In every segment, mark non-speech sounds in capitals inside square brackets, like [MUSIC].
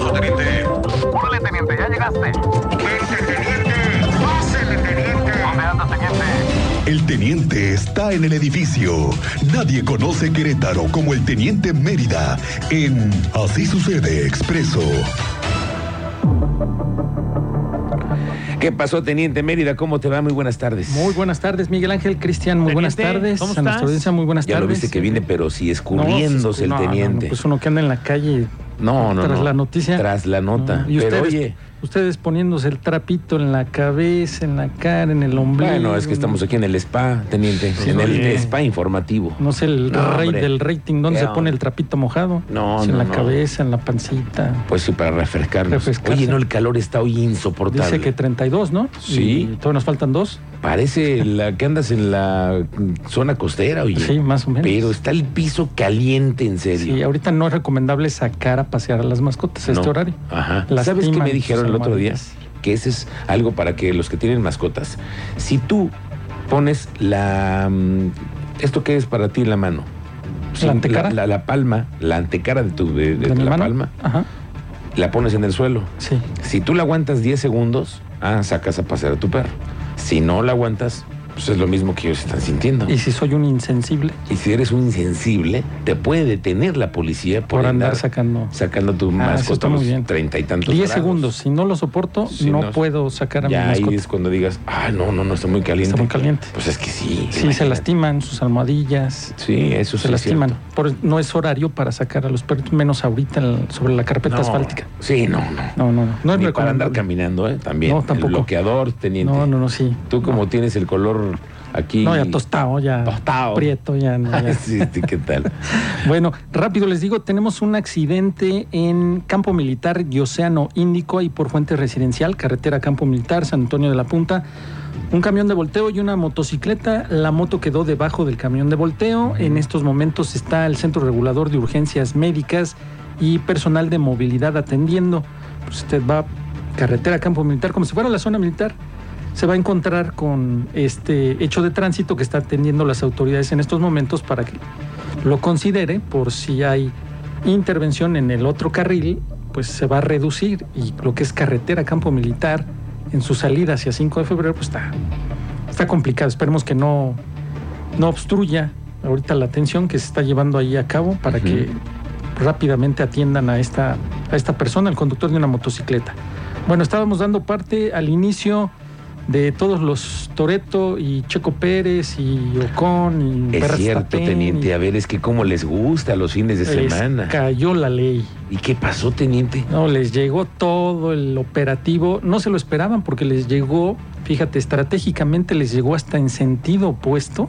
enteraste? Este teniente! ¡Pásele, teniente! ¿Dónde anda, teniente? El teniente está en el edificio. Nadie conoce Querétaro como el teniente Mérida en Así sucede expreso. ¿Qué pasó, Teniente Mérida? ¿Cómo te va? Muy buenas tardes. Muy buenas tardes, Miguel Ángel, Cristian, muy buenas Teniente, tardes. ¿cómo A estás? nuestra audiencia, muy buenas ya lo tardes. viste que viene, pero sí No, escurriéndose no, el no, teniente. no, pues uno que anda en la calle. No, no, Tras no. la noticia. Mm, Tras la nota. Y Pero ustedes, oye, ustedes poniéndose el trapito en la cabeza, en la cara, en el ombligo. bueno, es que estamos aquí en el spa, teniente. Sí, en el oye. spa informativo. No sé, el No, rey hombre. del rating, ¿dónde Qué se pone hombre. el trapito mojado? No, Sí, no, En la no. cabeza, en la pancita. Pues sí, para refrescarnos. Refrescarse. Oye, no, el calor está hoy insoportable. Dice que 32, ¿no? Sí. Y todavía nos faltan dos. Parece la que andas en la mm, zona costera, oye. Sí, más o menos. Pero está el piso caliente, en serio. Sí, ahorita no es recomendable sacar a pasear a las mascotas a este No. horario. Ajá. Lastiman ¿Sabes qué me sus dijeron el otro día? almohadillas. Que ese es algo para que los que tienen mascotas. Si tú pones la. mm, ¿Esto qué es para ti la mano? Sí, ¿La antecara? La, la palma, la antecara de tu de, de ¿De mi la mano? palma, Ajá. la pones en el suelo. Sí. Si tú la aguantas 10 segundos, ah, sacas a pasear a tu perro. Si no la aguantas, pues es lo mismo que ellos están sintiendo. Y si soy un insensible Y si eres un insensible, te puede detener la policía por, por andar sacando sacando tu Ah, eso mascota está a muy los bien. treinta y tantos 10 grados. segundos, si no lo soporto, Si no, no- puedo sacar a mi Ya ahí mascota. es cuando digas, ah, no, no, no, está muy caliente. Está muy caliente. Pues es que sí. Sí, se imagínate. lastiman sus almohadillas. Sí, eso se sí es lastiman. cierto. Por- no es horario para sacar a los perros, menos ahorita en- sobre la carpeta No, asfáltica. Sí, no, no. No, no, no. No es Ni para andar recomendable. caminando, ¿eh? También. No, tampoco. El bloqueador, teniente. No, no, no, sí. Tú como tienes el color aquí... No, [LAUGHS] ya tostado, ya Tostado. prieto, ya. no, [LAUGHS] ya. sí, sí, ¿qué tal? Bueno, rápido les digo, tenemos un accidente en Campo Militar y Océano Índico y por Fuente Residencial, carretera Campo Militar, San Antonio de la Punta. Un camión de volteo y una motocicleta. La moto quedó debajo del camión de volteo. En estos momentos está el Centro Regulador de Urgencias Médicas y personal de movilidad atendiendo. Pues usted va carretera Campo Militar, como si fuera la zona militar. Se va a encontrar con este hecho de tránsito que está atendiendo las autoridades en estos momentos para que lo considere por si hay intervención en el otro carril, pues se va a reducir y lo que es carretera campo militar en su salida hacia 5 de febrero pues está está complicado. Esperemos que no no obstruya ahorita la atención que se está llevando ahí a cabo para Ujú. que rápidamente atiendan a esta a esta persona, el conductor de una motocicleta. Bueno, estábamos dando parte al inicio de todos los Toreto y Checo Pérez y Ocon y Es cierto, Verstappen y- teniente. A ver, es que cómo les gusta los fines de les semana. Cayó la ley. ¿Y qué pasó, teniente? No, les llegó todo el operativo. No se lo esperaban porque les llegó, fíjate, estratégicamente les llegó hasta en sentido opuesto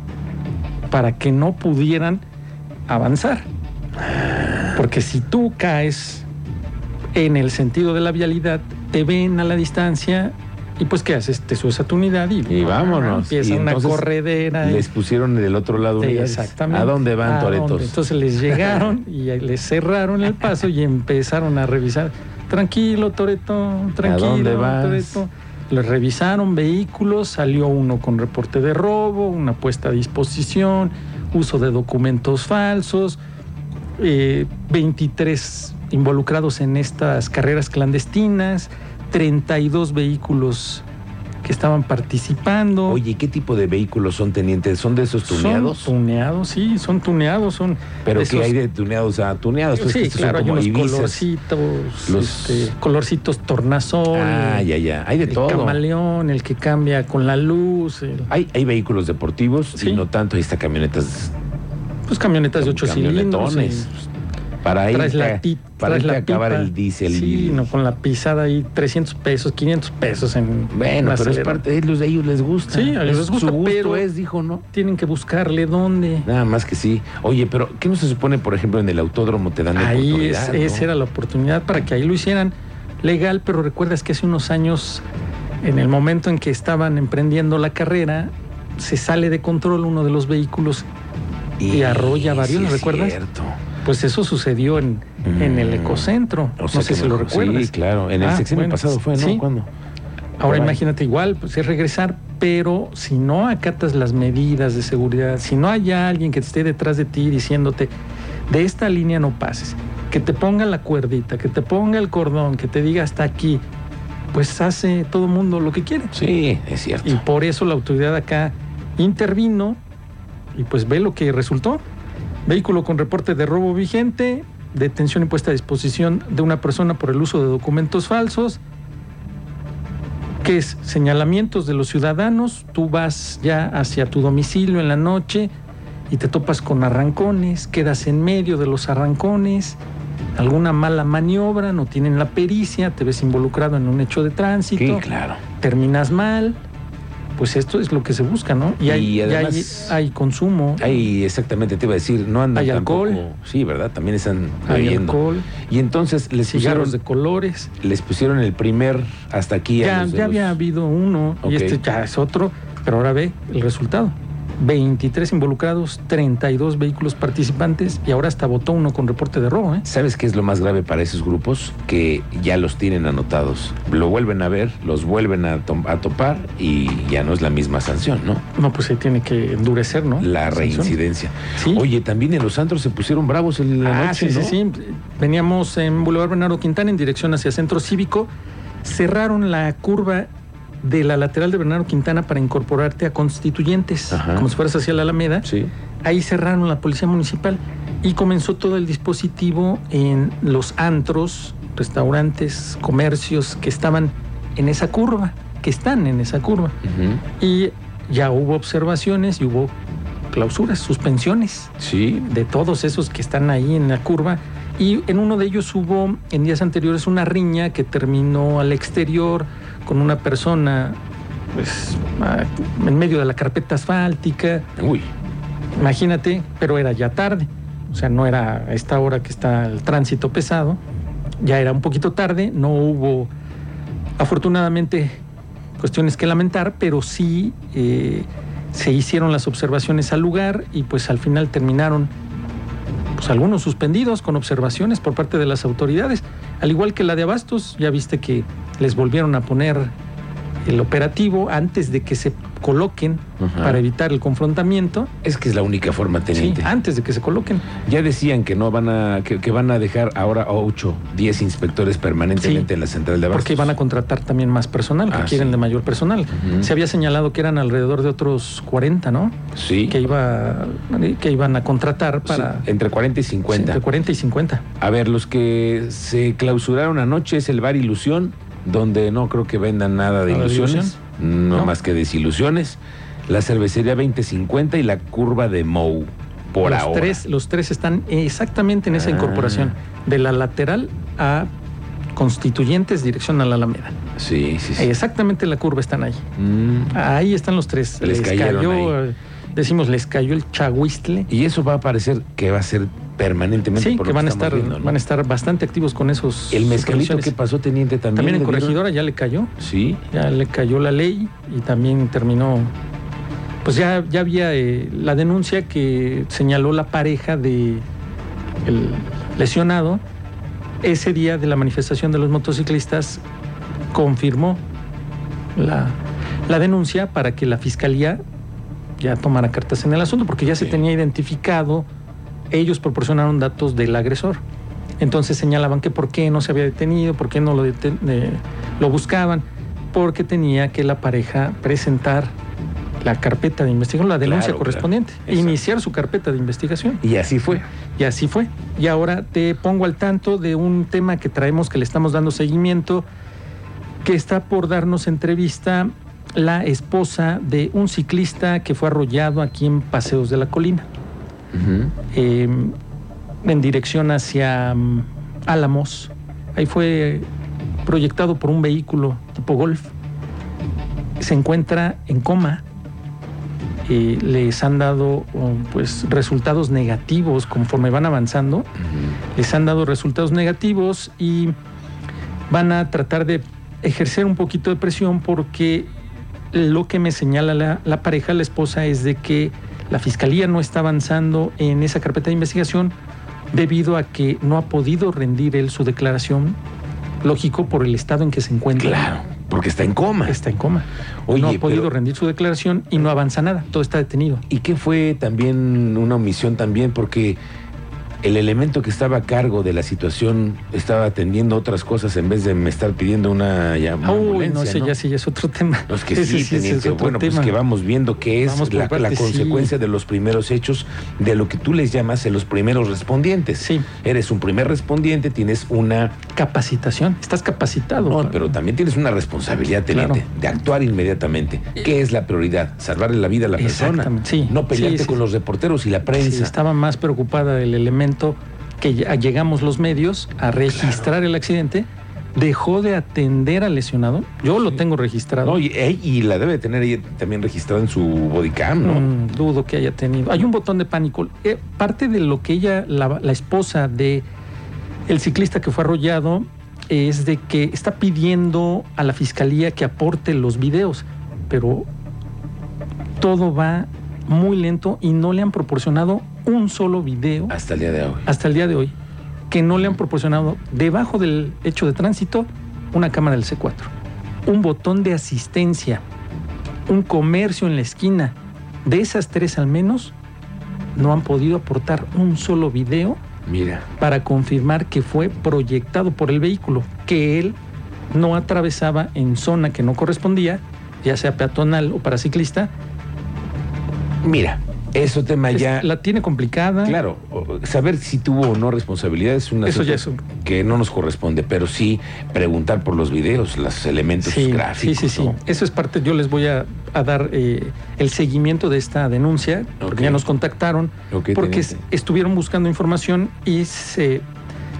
para que no pudieran avanzar. Porque si tú caes en el sentido de la vialidad, te ven a la distancia y pues ¿qué haces? Te subes a tu unidad y, Y vámonos. Empieza Y una entonces corredera. y- Les pusieron del otro lado Sí, unidades. exactamente. ¿A dónde van, ¿A Toretos? dónde? Entonces les llegaron y ahí les cerraron el paso y empezaron a revisar. Tranquilo, Toreto, tranquilo, dónde vas? Toreto. Les revisaron vehículos, salió uno con reporte de robo, una puesta a disposición, uso de documentos falsos, eh, 23 involucrados en estas carreras clandestinas, 32 vehículos que estaban participando. Oye, ¿qué tipo de vehículos son, teniente? ¿Son de esos tuneados? Son tuneados, sí, son tuneados, son. Pero esos- que hay de tuneados a tuneados. pues, que Sí, estos son claro, hay como unos Ibizas. colorcitos, Los- este, colorcitos tornasol, Ah, ya, ya. Hay de el todo. camaleón, el que cambia con la luz, el- Hay, hay vehículos deportivos y Sí. no tanto. Ahí está camionetas. pues camionetas de ocho cilindros. camionetones. y Para ahí traes la, pi- para traes irte la a acabar pipa. el diésel. Sí, y- no, con la pisada ahí 300 pesos, 500 pesos en Bueno, una pero es acelerada. parte de ellos, de ellos les gusta. Sí, a ellos Es les gusta, Su gusto pero- es, dijo, ¿no? Tienen que buscarle dónde. Nada más que sí. Oye, pero ¿qué no se supone, por ejemplo, en el autódromo te dan la Ahí es, oportunidad? ¿no? esa era la oportunidad para que ahí lo hicieran legal, pero recuerdas que hace unos años, en el momento en que estaban emprendiendo la carrera, se sale de control uno de los vehículos. y arrolla varios, sí es ¿recuerdas? cierto. Pues eso sucedió en, en el Mm. ecocentro. O sea no sé que si lo mejor- recuerdas. Sí, claro. En el Ah, sexenio bueno, pasado fue, ¿no? sí. ¿Cuándo? Ahora Caray. imagínate igual, pues es regresar, pero si no acatas las medidas de seguridad, si no hay alguien que esté detrás de ti diciéndote, de esta línea no pases, que te ponga la cuerdita, que te ponga el cordón, que te diga hasta aquí, pues hace todo mundo lo que quiere. Sí, es cierto. Y por eso la autoridad acá intervino y pues ve lo que resultó. Vehículo con reporte de robo vigente, detención y puesta a disposición de una persona por el uso de documentos falsos, que es señalamientos de los ciudadanos, tú vas ya hacia tu domicilio en la noche y te topas con arrancones, quedas en medio de los arrancones, alguna mala maniobra, no tienen la pericia, te ves involucrado en un hecho de tránsito, Sí, claro. terminas mal, pues esto es lo que se busca, ¿no? Y, Y hay, y hay- además- hay, consumo, hay, Ahí exactamente te iba a decir, no andan Hay tampoco- alcohol. Sí, ¿verdad? También están bebiendo. alcohol, Y entonces les cigarros pusieron, de colores. les pusieron el primer hasta aquí. a Ya, los de ya los- había habido uno y Ok. este ya es otro, pero ahora ve el resultado. 23 involucrados, 32 vehículos participantes y ahora hasta votó uno con reporte de robo. ¿eh? ¿Sabes qué es lo más grave para esos grupos? Que ya los tienen anotados. Lo vuelven a ver, los vuelven a, tom- a topar y ya no es la misma sanción, ¿no? No, pues se tiene que endurecer, ¿no? La Sanción. reincidencia. Sí. Oye, también en los antros se pusieron bravos en la ah, noche, sí, ¿no? sí, sí. Veníamos en Boulevard Bernardo Quintana en dirección hacia Centro Cívico. Cerraron la curva de la lateral de Bernardo Quintana para incorporarte a Constituyentes, Ajá. como si fueras hacia la Alameda. Sí. Ahí cerraron la policía municipal y comenzó todo el dispositivo en los antros, restaurantes, comercios que estaban en esa curva, que están en esa curva. Ujú. Y ya hubo observaciones y hubo clausuras, suspensiones Sí. de todos esos que están ahí en la curva. Y en uno de ellos hubo en días anteriores una riña que terminó al exterior con una persona pues, ah, en medio de la carpeta asfáltica. Uy. Imagínate, pero era ya tarde. O sea, no era a esta hora que está el tránsito pesado. Ya era un poquito tarde, no hubo afortunadamente cuestiones que lamentar, pero sí eh, se hicieron las observaciones al lugar y pues al final terminaron pues algunos suspendidos con observaciones por parte de las autoridades. Al igual que la de Abastos, ya viste que les volvieron a poner el operativo antes de que se coloquen Ajá. para evitar el confrontamiento. Es que es la única forma, Sí, Ah, teniente. antes de que se coloquen. Ya decían que no van a, que, que van a dejar ahora a 8, 10 inspectores permanentemente Sí, en la central de abastos. Porque van a contratar también más personal, que Ah, quieren sí. de mayor personal. Ujú. Se había señalado que eran alrededor de otros 40, ¿no? Sí. Que, iba, que iban a contratar para Sí, entre 40 y 50. entre 40 y 50. A ver, los que se clausuraron anoche es el bar Ilusión, donde no creo que vendan nada de ¿Nada de ilusiones, no, No. más que desilusiones. La cervecería 2050 y la curva de Mou, por los, ahora. tres, los tres están exactamente en esa Ah. incorporación, de la lateral a constituyentes, dirección a la Alameda. Sí, sí, sí. Exactamente en la curva están ahí. Mm. Ahí están los tres. Les cayeron ahí. eh, decimos, les cayó el chahuistle. Y eso va a parecer que va a ser permanentemente. Sí, por que lo van a estamos estar, viendo, ¿no? van a estar bastante activos con esos. El mezcalito supervisiones. que pasó, teniente, también. También en le dieron- corregidora ya le cayó, Sí. ya le cayó la ley y también terminó. Pues ya, ya había eh, la denuncia que señaló la pareja de el lesionado ese día de la manifestación de los motociclistas confirmó la, la denuncia para que la fiscalía ya tomara cartas en el asunto, porque ya se Sí. tenía identificado, ellos proporcionaron datos del agresor. Entonces señalaban que por qué no se había detenido, por qué no lo, deten- eh, lo buscaban, porque tenía que la pareja presentar la carpeta de investigación, la denuncia Claro, claro. correspondiente, Exacto. iniciar su carpeta de investigación. Y así fue. Y así fue. Y ahora te pongo al tanto de un tema que traemos, que le estamos dando seguimiento, que está por darnos entrevista la esposa de un ciclista que fue arrollado aquí en Paseos de la Colina, Ujú. eh, en dirección hacia mm, Álamos. Ahí fue proyectado por un vehículo tipo golf. Se encuentra en coma. Eh, les han dado oh, pues resultados negativos conforme van avanzando Ujú. les han dado resultados negativos y van a tratar de ejercer un poquito de presión porque lo que me señala la, la pareja, la esposa, es de que la fiscalía no está avanzando en esa carpeta de investigación debido a que no ha podido rendir él su declaración, lógico, por el estado en que se encuentra. Claro, porque está en coma. Está en coma. Oye, no ha podido pero- rendir su declaración y no avanza nada. Todo está detenido. ¿Y qué fue también una omisión también? Porque el elemento que estaba a cargo de la situación estaba atendiendo otras cosas en vez de me estar pidiendo una, ya, una Ah, Uy, ambulancia, no, ese ¿no? ya sí ya es otro tema. No, es que Ese sí, ese teniente, otro bueno, pues tema. que vamos viendo qué Vamos es por la, la partes, sí. consecuencia de los primeros hechos, de lo que tú les llamas eh, los primeros respondientes. Sí. Eres un primer respondiente, tienes una... Capacitación. Estás capacitado. No, para- pero también tienes una responsabilidad, teniente, Claro. de actuar inmediatamente. ¿Qué es la prioridad? Salvarle la vida a la persona. Exactamente, sí. No pelearte Sí, sí, con sí. los reporteros y la Sí, prensa. estaba más preocupada del elemento que ya- llegamos los medios a registrar el accidente, dejó de atender al lesionado. Yo lo tengo registrado. No, y, ey, y la debe tener ella también registrada en su bodycam, ¿no? Mm, dudo que haya tenido. Hay un botón de pánico. Eh, parte de lo que ella, la, la esposa de el ciclista que fue arrollado, es de que está pidiendo a la fiscalía que aporte los videos, pero todo va muy lento y no le han proporcionado un solo video Hasta el día de hoy. hasta el día de hoy que no le han proporcionado debajo del hecho de tránsito una cámara del C4, un botón de asistencia, un comercio en la esquina. De esas tres al menos, no han podido aportar un solo video Mira. para confirmar que fue proyectado por el vehículo, que él no atravesaba en zona que no correspondía, ya sea peatonal o para ciclista. Mira, eso tema Es- ya... la tiene complicada. Claro, o- saber si tuvo o no responsabilidad es un Eso asunto ya es un- que no nos corresponde, pero sí preguntar por los videos, los elementos gráficos. Sí, sí, sí. ¿no? Eso es parte, yo les voy a, a dar eh, el seguimiento de esta denuncia, porque Ok. ya nos contactaron, Ok, porque teniente. es- estuvieron buscando información y se,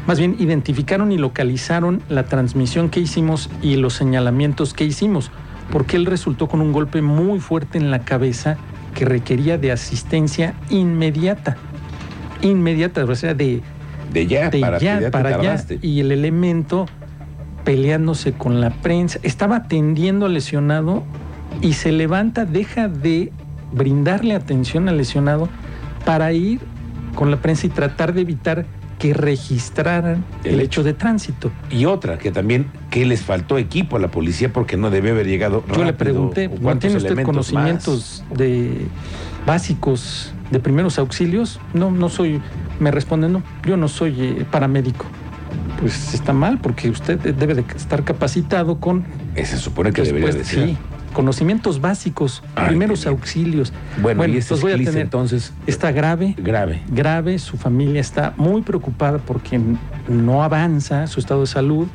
más bien, identificaron y localizaron la transmisión que hicimos y los señalamientos que hicimos, porque él resultó con un golpe muy fuerte en la cabeza que requería de asistencia inmediata. Inmediata, o sea, de, De ya, de para ya que ya para te allá tardaste. y el elemento peleándose con la prensa. Estaba atendiendo al lesionado y se levanta, deja de brindarle atención al lesionado para ir con la prensa y tratar de evitar que registraran El el, hecho de tránsito. Y otra, que también, que les faltó equipo a la policía porque no debe haber llegado Yo le rápido, pregunté, o ¿no cuántos tiene usted elementos más? conocimientos de básicos de primeros auxilios? No, no soy, me responde, no, yo no soy eh, paramédico. Pues está mal, porque usted de- debe de estar capacitado con Eh, Se supone que debería pues, decir. sí, conocimientos básicos, Ay, primeros qué bien. auxilios. Bueno, y este los pues voy a ciclista, tener. entonces Está grave, grave. grave, su familia está muy preocupada porque n- no avanza su estado de salud.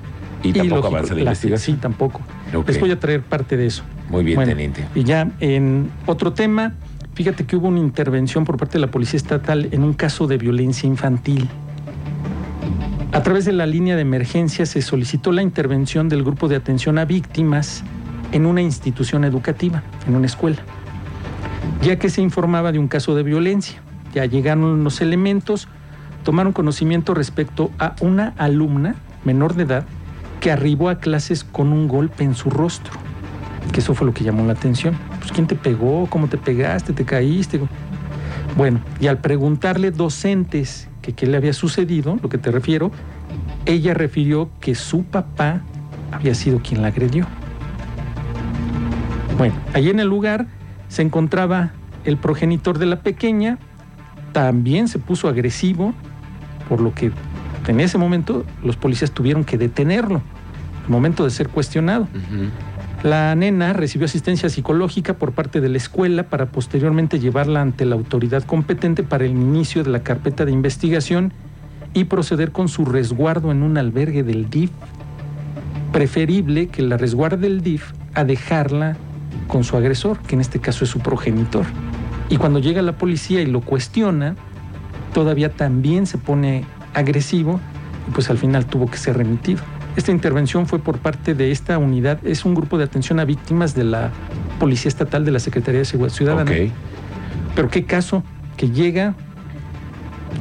Y tampoco lógico, avanza la Sí, investigación. tampoco. Ok. Les voy a traer parte de eso. Muy bien, Bueno, teniente. Y ya en otro tema, fíjate que hubo una intervención por parte de la Policía Estatal en un caso de violencia infantil. A través de la línea de emergencia se solicitó la intervención del grupo de atención a víctimas en una institución educativa, en una escuela, ya que se informaba de un caso de violencia. Ya llegaron los elementos, tomaron conocimiento respecto a una alumna menor de edad que arribó a clases con un golpe en su rostro que eso fue lo que llamó la atención. Pues, ¿quién te pegó? ¿Cómo te pegaste? ¿Te caíste? Bueno, y al preguntarle docentes que qué le había sucedido, lo que te refiero, ella refirió que su papá había sido quien la agredió. Bueno, allí en el lugar se encontraba el progenitor de la pequeña, también se puso agresivo, por lo que en ese momento los policías tuvieron que detenerlo, al momento de ser cuestionado. Ujú. La nena recibió asistencia psicológica por parte de la escuela para posteriormente llevarla ante la autoridad competente para el inicio de la carpeta de investigación y proceder con su resguardo en un albergue del DIF. Preferible que la resguarde el DIF a dejarla con su agresor, que en este caso es su progenitor. Y cuando llega la policía y lo cuestiona, todavía también se pone agresivo y pues al final tuvo que ser remitido. Esta intervención fue por parte de esta unidad, es un grupo de atención a víctimas de la Policía Estatal de la Secretaría de Seguridad Ciudadana. Ok. Pero qué caso que llega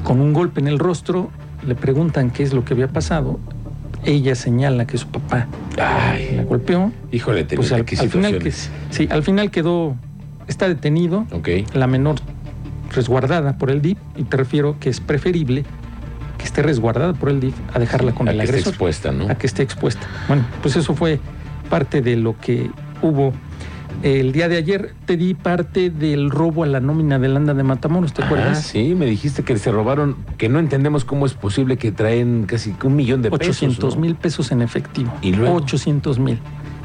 con un golpe en el rostro, le preguntan qué es lo que había pasado, ella señala que su papá la Ay, golpeó, híjole, teniente, pues al, qué al final que, situaciones. sí, al final quedó está detenido, Ok. la menor resguardada por el DIF y te refiero que es preferible que esté resguardada por el DIF a dejarla con a el que esté agresor expuesta, ¿no? a que esté expuesta. Bueno, pues eso fue parte de lo que hubo El día de ayer te di parte del robo a la nómina de Landa de Matamoros, ¿te Ah, acuerdas? sí, me dijiste que se robaron, que no entendemos cómo es posible que traen casi que un millón de pesos. 800 ¿no? mil pesos en efectivo. ¿Y luego? 800 mil.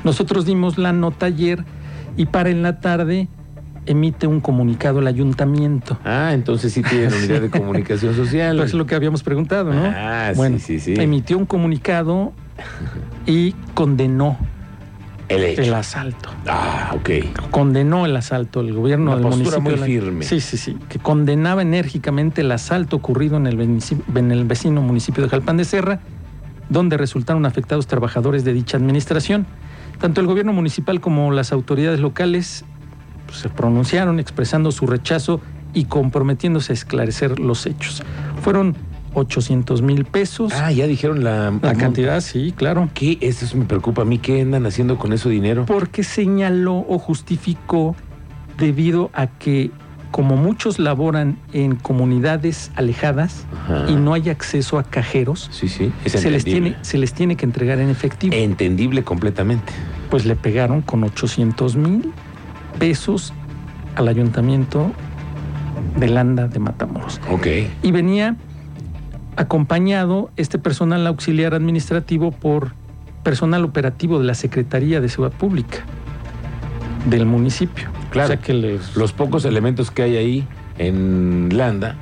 Nosotros dimos la nota ayer y para en la tarde emite un comunicado el ayuntamiento. Ah, entonces sí tienen unidad de comunicación social. [LAUGHS] Pues es lo que habíamos preguntado, ¿no? Ah, sí, bueno, sí, sí. Emitió un comunicado y condenó El hecho. el asalto. Ah, ok. Condenó el asalto el gobierno Una del postura municipio. muy de la- firme. Sí, sí, sí. Que condenaba enérgicamente el asalto ocurrido en el, venici- en el vecino municipio de Jalpan de Serra, donde resultaron afectados trabajadores de dicha administración. Tanto el gobierno municipal como las autoridades locales pues, se pronunciaron expresando su rechazo y comprometiéndose a esclarecer los hechos. Fueron 800 mil pesos. Ah, ya dijeron la, la cantidad, sí, claro. ¿Qué? Eso me preocupa a mí. ¿Qué andan haciendo con eso dinero? porque señaló o justificó debido a que como muchos laboran en comunidades alejadas Ajá. y no hay acceso a cajeros, Sí, sí. Es se les, entendible. Eh. tiene, se les tiene que entregar en efectivo. Entendible completamente. Pues le pegaron con 800 mil pesos al ayuntamiento de Landa de Matamoros. Ok. Y venía acompañado este personal auxiliar administrativo por personal operativo de la Secretaría de Seguridad Pública del municipio. Claro. O sea que les- Los pocos elementos que hay ahí en Landa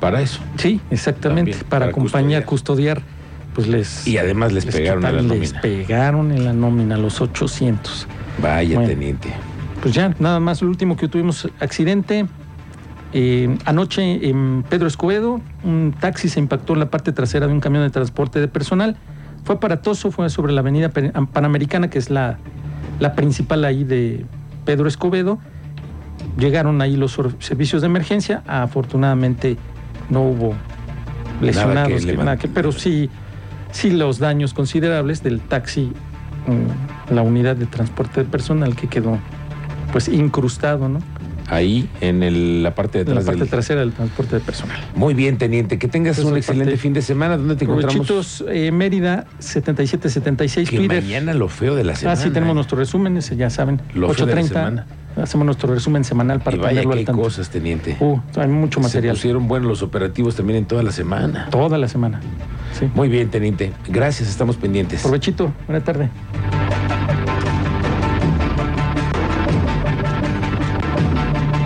para eso. Sí, exactamente, También, para, para acompañar, custodiar. pues les... Y además les, pegaron a la quitaron- nómina. Les pegaron en la nómina los 800. Vaya, Bueno. teniente. Pues ya, nada más, lo último que tuvimos accidente. eh, anoche en Pedro Escobedo, un taxi se impactó en la parte trasera de un camión de transporte de personal. Fue aparatoso, fue sobre la avenida Pe- Panamericana, que es la, la principal ahí de Pedro Escobedo. Llegaron ahí los sor- servicios de emergencia. Afortunadamente no hubo lesionados, Nada que que- levant- nada que- pero sí, sí los daños considerables del taxi, mm, la unidad de transporte de personal que quedó pues incrustado, ¿no? Ahí en el- la parte de En la atrás parte del- trasera del transporte de personal. Muy bien, teniente. Que tengas Eso un es excelente parte- fin de semana. ¿Dónde te encontramos? Provechitos, eh, Mérida 7776 Que Twitter. mañana lo feo de la semana. ah, sí, tenemos ¿eh? nuestros resúmenes, ya saben. Lo feo de la 8.30. semana. Hacemos nuestro resumen semanal para Y vaya tenerlo que al hay tanto. cosas, teniente. Uh, hay mucho material. Se pusieron buenos los operativos también en toda la semana. Toda la semana. Sí. Muy bien, teniente. Gracias, estamos pendientes. Provechito, buena tarde.